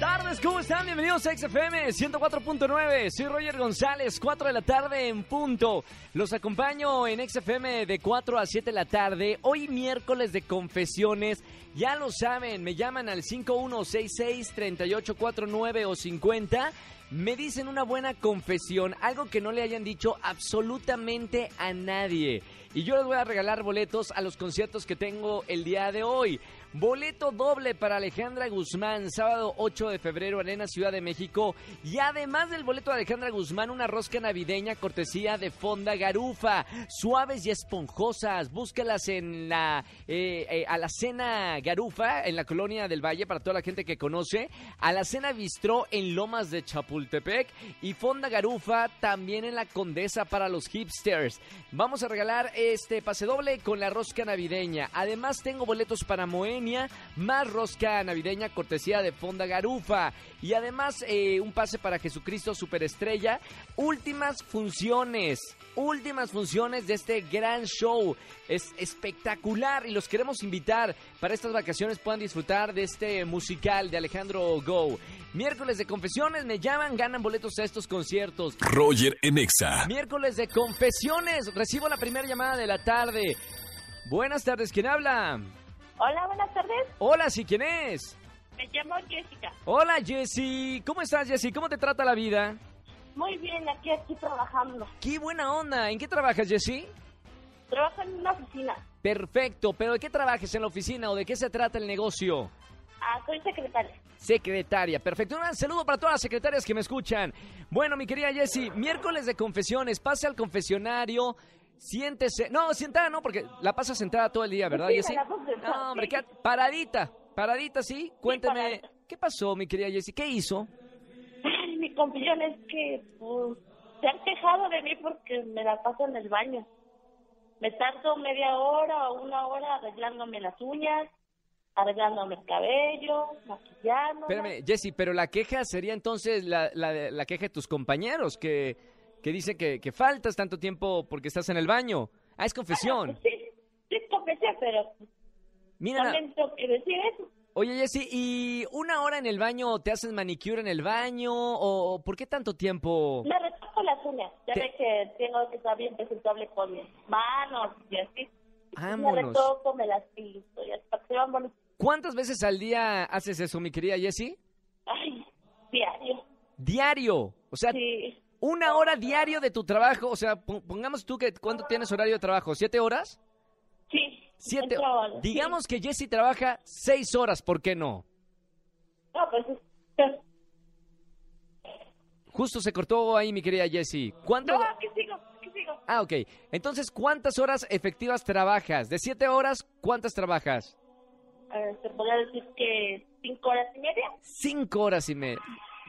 Tardes, ¿cómo están? Bienvenidos a XFM 104.9. Soy Roger González, 4 de la tarde en punto. Los acompaño en XFM de 4 a 7 de la tarde. Hoy miércoles de confesiones. Ya lo saben, me llaman al 5166-3849 o 50. Me dicen una buena confesión, algo que no le hayan dicho absolutamente a nadie. Y yo les voy a regalar boletos a los conciertos que tengo el día de hoy. Boleto doble para Alejandra Guzmán, sábado 8 de febrero, Arena Ciudad de México. Y además del boleto de Alejandra Guzmán, una rosca navideña cortesía de Fonda Garufa. Suaves y esponjosas. Búscalas en la, eh, eh, a la cena Garufa, en la colonia del Valle, para toda la gente que conoce. A la cena Bistró en Lomas de Chapultepec. Y Fonda Garufa también en la Condesa para los hipsters. Vamos a regalar este pase doble con la rosca navideña. Además, tengo boletos para Moen más rosca navideña cortesía de Fonda Garufa. Y además eh, un pase para Jesucristo Superestrella. Últimas funciones, últimas funciones de este gran show. Es espectacular y los queremos invitar para estas vacaciones puedan disfrutar de este musical de Alejandro Go. Miércoles de confesiones, me llaman, ganan boletos a estos conciertos. Roger en Exa. Miércoles de confesiones, recibo la primera llamada de la tarde. Buenas tardes, ¿quién habla? Hola, buenas tardes. Hola, ¿sí quién es? Me llamo Jessica. Hola, Jessy. ¿Cómo estás, Jessy? ¿Cómo te trata la vida? Muy bien, aquí aquí trabajando. Qué buena onda. ¿En qué trabajas, Jessy? Trabajo en una oficina. Perfecto, pero ¿de qué trabajas en la oficina o de qué se trata el negocio? Ah, soy secretaria. Secretaria, perfecto. Un saludo para todas las secretarias que me escuchan. Bueno, mi querida Jessy, miércoles de confesiones, pase al confesionario, siéntese. No, sentada no, porque la pasa sentada todo el día, ¿verdad, Sí, me Jessy? la puse sentada, No, hombre, sí. quédate- paradita, paradita, sí. Cuénteme, paradita. ¿qué pasó, mi querida Jessy? ¿Qué hizo? Ay, mi confesión es que pues, se han quejado de mí porque me la paso en el baño. Me tardo media hora o una hora arreglándome las uñas, arreglándome el cabello, maquillándome. Espérame, Jessy, pero la queja sería entonces la, la, de- la queja de tus compañeros que, que dicen que, que faltas tanto tiempo porque estás en el baño. Ah, es confesión. Sí, sí, es confesión, pero pues, Mira, na- también tengo que decir eso. oye Jessy, ¿y una hora en el baño te haces manicure en el baño? ¿O o por qué tanto tiempo? Me retoco las uñas. Ya Te- ve que tengo que estar bien presentable con mis manos y así. Me Vámonos. retoco, me las pinto y así para que se vean bonitas. ¿Cuántas veces al día haces eso, mi querida Jessy? Ay, diario. Diario. O sea, Sí. una hora diario de tu trabajo. O sea, po- pongamos tú que cuánto tienes horario de trabajo, siete horas. Sí. Siete. Entonces, Digamos que Jessy trabaja seis horas, ¿por qué no? sí. No, pues es- Justo se cortó ahí, mi querida Jessy. ¿Cuánto? No, aquí sigo, aquí sigo. Ah, ok. Entonces, ¿cuántas horas efectivas trabajas? De siete horas, ¿cuántas trabajas? Eh, Se podría decir que cinco horas y media. Cinco horas y media.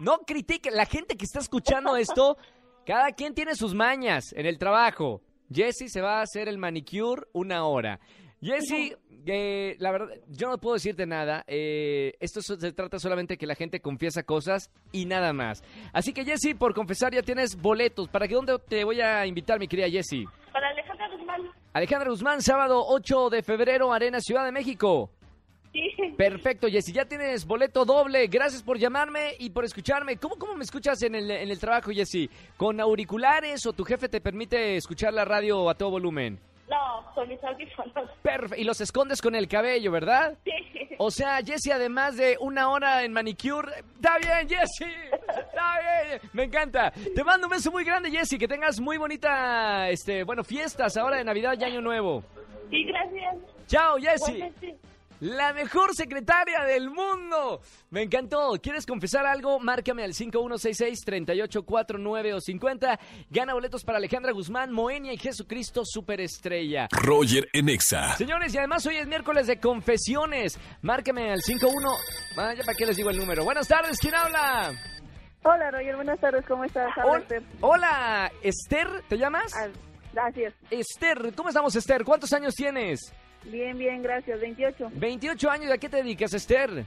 No critiquen. La gente que está escuchando esto, cada quien tiene sus mañas en el trabajo. Jessy se va a hacer el manicure una hora. Jessy, eh, la verdad, yo no puedo decirte nada. eh, esto so- se trata solamente que la gente confiesa cosas y nada más. Así que, Jessy, por confesar, ya tienes boletos. ¿Para que dónde te voy a invitar, mi querida Jessy? Para Alejandra Guzmán. Alejandra Guzmán, sábado 8 de febrero, Arena Ciudad de México. Sí. Perfecto, Jessy, ya tienes boleto doble. Gracias por llamarme y por escucharme. ¿Cómo, cómo me escuchas en el, en el trabajo, Jessy? ¿Con auriculares o tu jefe te permite escuchar la radio a todo volumen? No, con mis audífonos. Perfecto, y los escondes con el cabello, ¿verdad? Sí. O sea, Jessy, además de una hora en manicure, está bien, Jessy, está bien, me encanta. Te mando un beso muy grande, Jessy, que tengas muy bonita, este, bueno, fiestas ahora de Navidad y Año Nuevo. Sí, gracias. Chao, Jessy. Igualmente. La mejor secretaria del mundo. Me encantó. ¿Quieres confesar algo? Márcame al 5166-3849 o 50. Gana boletos para Alejandra Guzmán, Moenia y Jesucristo Superestrella. Roger en Exa. Señores, y además hoy es miércoles de confesiones. Márcame al 51... Ah, ya para qué les digo el número. Buenas tardes, ¿quién habla? Ah, Hola Roger, buenas tardes, ¿cómo estás? Habla Hol- Esther. Hola, Esther, ¿te llamas? Ah, Gracias. Esther, ¿cómo estamos, Esther? ¿Cuántos años tienes? Bien, bien, gracias. 28. 28 años, ¿y ¿a qué te dedicas, Esther?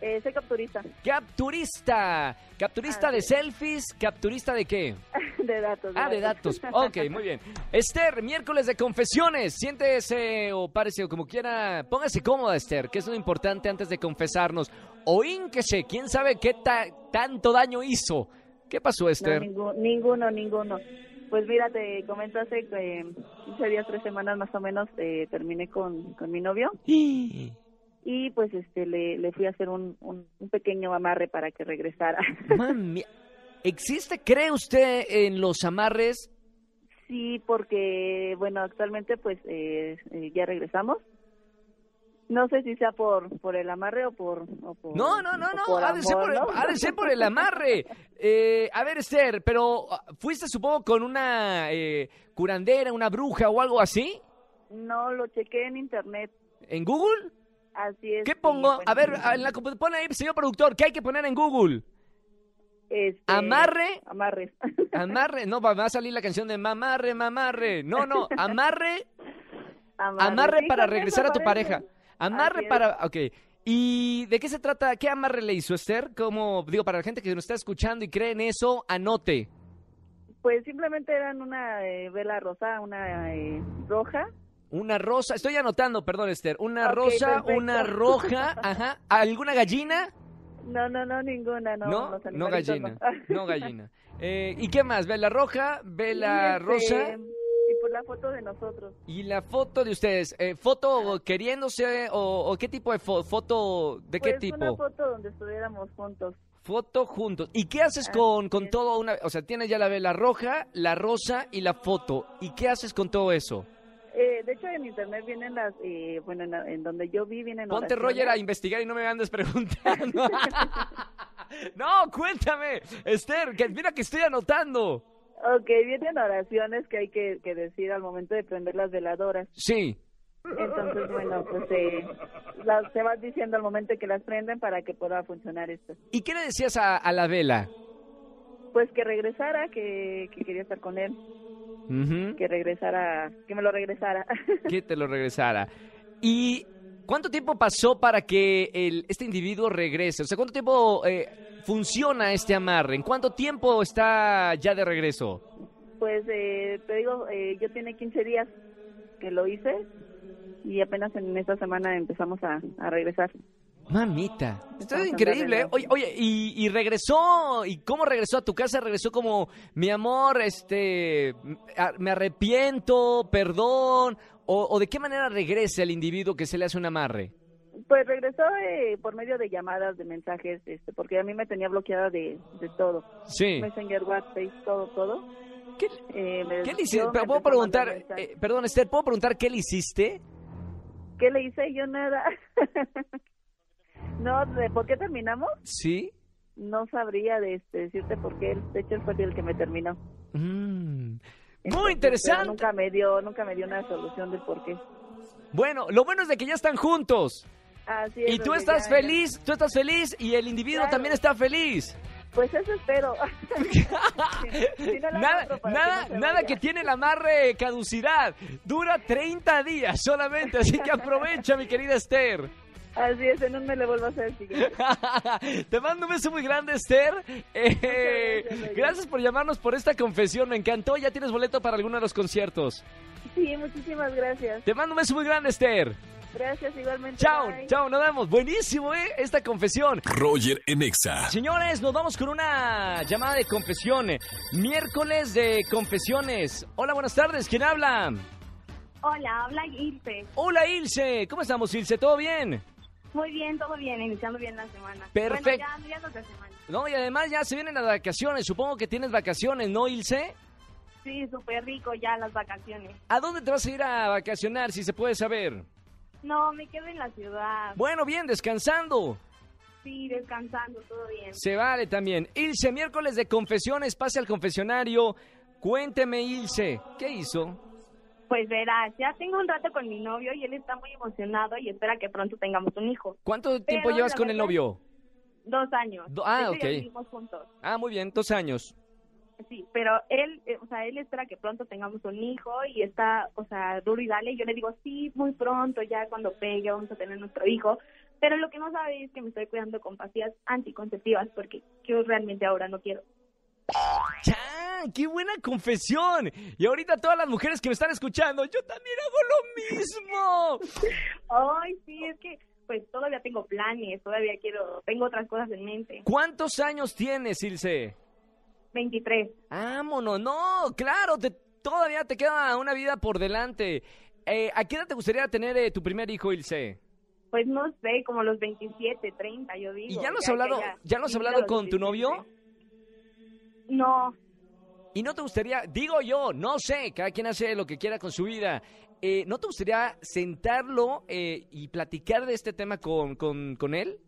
Eh, soy capturista Capturista. Capturista de selfies, capturista de qué? de datos. Ah, de datos. Ok, muy bien. Esther, miércoles de confesiones. Siéntese o párese o como quiera. Póngase cómoda, Esther, que es lo importante antes de confesarnos. O ínquese, quién sabe qué ta- tanto daño hizo. ¿Qué pasó, No, Esther? ninguno, ninguno, ninguno. Pues mira, te comento hace eh, 15 días, 3 semanas más o menos, eh, terminé con, con mi novio y pues este le, le fui a hacer un, un, un pequeño amarre para que regresara. Mami, ¿existe, cree usted, en los amarres? sí, porque bueno, actualmente pues eh, eh, ya regresamos. No sé si sea por por el amarre o por... o por- No, no, no, o no. por Ha de ser amor, por el, ¿no? ha de ser por el amarre. Eh, a ver, Esther, pero ah, fuiste, supongo, con una eh, curandera, una bruja o algo así. No, lo chequé en internet. ¿En Google? Así es. ¿Qué y, pongo? bueno, pues, A ver, ah, en la computadora, pon ahí, señor productor, ¿qué hay que poner en Google? este, Amarre, Amarres. amarre, no, va va a salir la canción de mamarre, mamarre. No, no, amarre, amarre Sí, para creo que regresar a tu me pareja. parece. Así Amarre es. para, ok. ¿Y de qué se trata? ¿Qué amarre le hizo Esther? Como, digo, para la gente que nos está escuchando y cree en eso, anote. Pues simplemente eran una eh, vela rosa, una eh, roja. Una rosa, estoy anotando, perdón Esther, una Ok, rosa, perfecto. una roja, ajá, ¿alguna gallina? No, no, no, ninguna, no. No, los no animalitos gallina, no. no gallina. Eh, ¿Y qué más? Vela roja, vela Y, este, rosa Y por la foto de nosotros. y la foto de ustedes. Eh, ¿Foto queriéndose o, o qué tipo de fo- foto? ¿De qué Pues Una tipo? foto donde estuviéramos juntos. Foto juntos. ¿Y qué haces Así con, con es. todo una... O sea, tienes ya la vela roja, la rosa y la foto. ¿Y qué haces con todo eso? Eh, de hecho, en internet vienen las. Eh, bueno, en, la- en donde yo vi vienen. Ponte oraciones. Roger a investigar y no me andes preguntando. no, cuéntame. Esther, que mira que estoy anotando. Ok, vienen oraciones que hay que, que decir al momento de prender las veladoras. Sí. Entonces, bueno, pues eh, las, se vas diciendo al momento que las prenden para que pueda funcionar esto. ¿Y qué le decías a, a la vela? Pues que regresara, que, que quería estar con él, Ujú. que regresara, que me lo regresara. Que te lo regresara. ¿Y cuánto tiempo pasó para que el, este individuo regrese? O sea, ¿cuánto tiempo eh, funciona este amarre? ¿En cuánto tiempo está ya de regreso? Pues eh, te digo, eh, yo tiene 15 días que lo hice y apenas en esta semana empezamos a, a regresar. Mamita, esto es Estamos increíble. ¿eh? hablando Oye, oye y, y regresó, ¿y cómo regresó a tu casa? Regresó como, mi amor, este, m- a- me arrepiento, perdón, o, o de qué manera regresa el individuo que se le hace un amarre. Pues regresó eh, por medio de llamadas, de mensajes, este, porque a mí me tenía bloqueada de, de todo. Sí. Messenger, WhatsApp, Face, todo, todo. ¿Qué, Eh, me- qué le hiciste? yo me Pero puedo empezó a mandar preguntar, mensajes. eh, perdón, Esther, ¿puedo preguntar qué le hiciste? ¿Qué le hice yo nada? no, ¿de por qué terminamos? Sí. No sabría de este, decirte por qué. De hecho, él fue el que me terminó. Mm. Entonces, Muy pero interesante. Nunca me dio, nunca me dio una solución del por qué. Bueno, lo bueno es de que ya están juntos. Así es, Y tú oye, estás ya, ya. feliz, tú estás feliz y el individuo Claro. también está feliz. Pues eso espero. Si- si no la Nada, encuentro, para nada, que no se nada vaya. que tiene el amarre caducidad. Dura 30 días solamente, así que aprovecha, mi querida Esther. Así es, en un me le vuelvo a hacer. siguiente. Te mando un beso muy grande, Esther. Eh, Muchas gracias, Roger. gracias por llamarnos por esta confesión, me encantó. Ya tienes boleto para alguno de los conciertos. Sí, muchísimas gracias. Te mando un beso muy grande, Esther. Gracias igualmente. Chao, bye. chao, nos vemos. Buenísimo, ¿eh? Esta confesión. Roger en Exa. Señores, nos vamos con una llamada de confesión. Miércoles de confesiones. Hola, buenas tardes. ¿Quién habla? Hola, habla Irpe. Hola Ilse, ¿cómo estamos Ilse? ¿Todo bien? Muy bien, todo bien, iniciando bien la semana. Perfecto. Bueno, ya, ya es otra semana. No, y además ya se vienen las vacaciones, supongo que tienes vacaciones, ¿no Ilse? Sí, súper rico ya las vacaciones. ¿A dónde te vas a ir a vacacionar si se puede saber? No, me quedo en la ciudad. Bueno, bien, descansando. Sí, descansando, todo bien. Se vale también. Ilse, miércoles de confesiones, pase al confesionario. Cuénteme Ilse, ¿qué hizo? Pues verás, ya tengo un rato con mi novio y él está muy emocionado y espera que pronto tengamos un hijo. ¿Cuánto tiempo Pero, llevas la con el verdad- novio? Dos años. Do- ah, De hecho, ya ok. vivimos juntos. Ah, muy bien, dos años. Sí, pero él, eh, o sea, él espera que pronto tengamos un hijo y está, o sea, duro y dale. Yo le digo, sí, muy pronto, ya cuando pegue vamos a tener nuestro hijo. Pero lo que no sabe es que me estoy cuidando con pastillas anticonceptivas porque yo realmente ahora no quiero. ¡Chan! ¡Qué buena confesión! Y ahorita todas las mujeres que me están escuchando, yo también hago lo mismo. Ay, sí, es que pues todavía tengo planes, todavía quiero, tengo otras cosas en mente. ¿Cuántos años tienes, Ilse? 23. Vámonos, no, claro, te- todavía te queda una vida por delante. Eh, ¿A qué edad te gustaría tener eh, tu primer hijo, Ilse? Pues no sé, como los 27, 30, yo digo. ¿Y ya lo has que hablado, ya- ya lo has sí, hablado los con tu 27. novio? No, ¿Y no te gustaría, digo yo, no sé, cada quien hace lo que quiera con su vida, eh, ¿no te gustaría sentarlo eh, y platicar de este tema con, con, con él?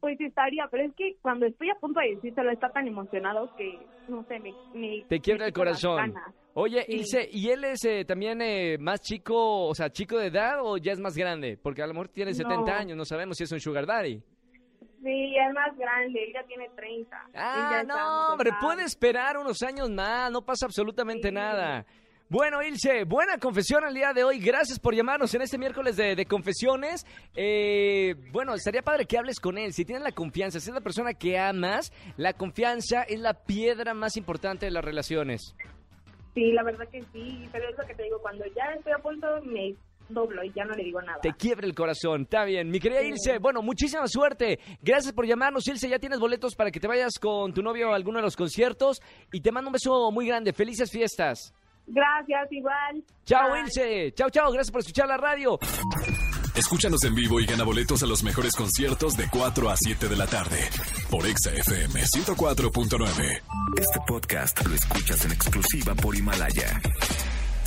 pues estaría, pero es que cuando estoy a punto de decírselo está tan emocionado que, no sé, me... me- Te quiebra me el quita las corazón. ganas. Oye, Sí. Ilse, ¿y él es eh, también eh, más chico, o sea, chico de edad o ya es más grande? Porque a lo mejor tiene 70 No. años, no sabemos si es un sugar daddy. Sí, es más grande, ella tiene 30. Ah, Ella está más no, hombre, grande. puede esperar unos años más, no pasa absolutamente Sí. nada. Bueno, Ilse, buena confesión al día de hoy. Gracias por llamarnos en este miércoles de, de confesiones. Eh, bueno, estaría padre que hables con él. Si tienes la confianza, si es la persona que amas, la confianza es la piedra más importante de las relaciones. Sí, la verdad que sí, pero es lo que te digo, cuando ya estoy a punto me doblo y ya no le digo nada. Te quiebra el corazón, está bien. Mi querida Ilse, bueno, muchísima suerte. Gracias por llamarnos, Ilse. Ya tienes boletos para que te vayas con tu novio a alguno de los conciertos. Y te mando un beso muy grande. Felices fiestas. Gracias, igual. Chao, Bye. Ilse. Chao, chao. Gracias por escuchar la radio. Escúchanos en vivo y gana boletos a los mejores conciertos de 4 a 7 de la tarde por Exa FM 104.9. Este podcast lo escuchas en exclusiva por Himalaya.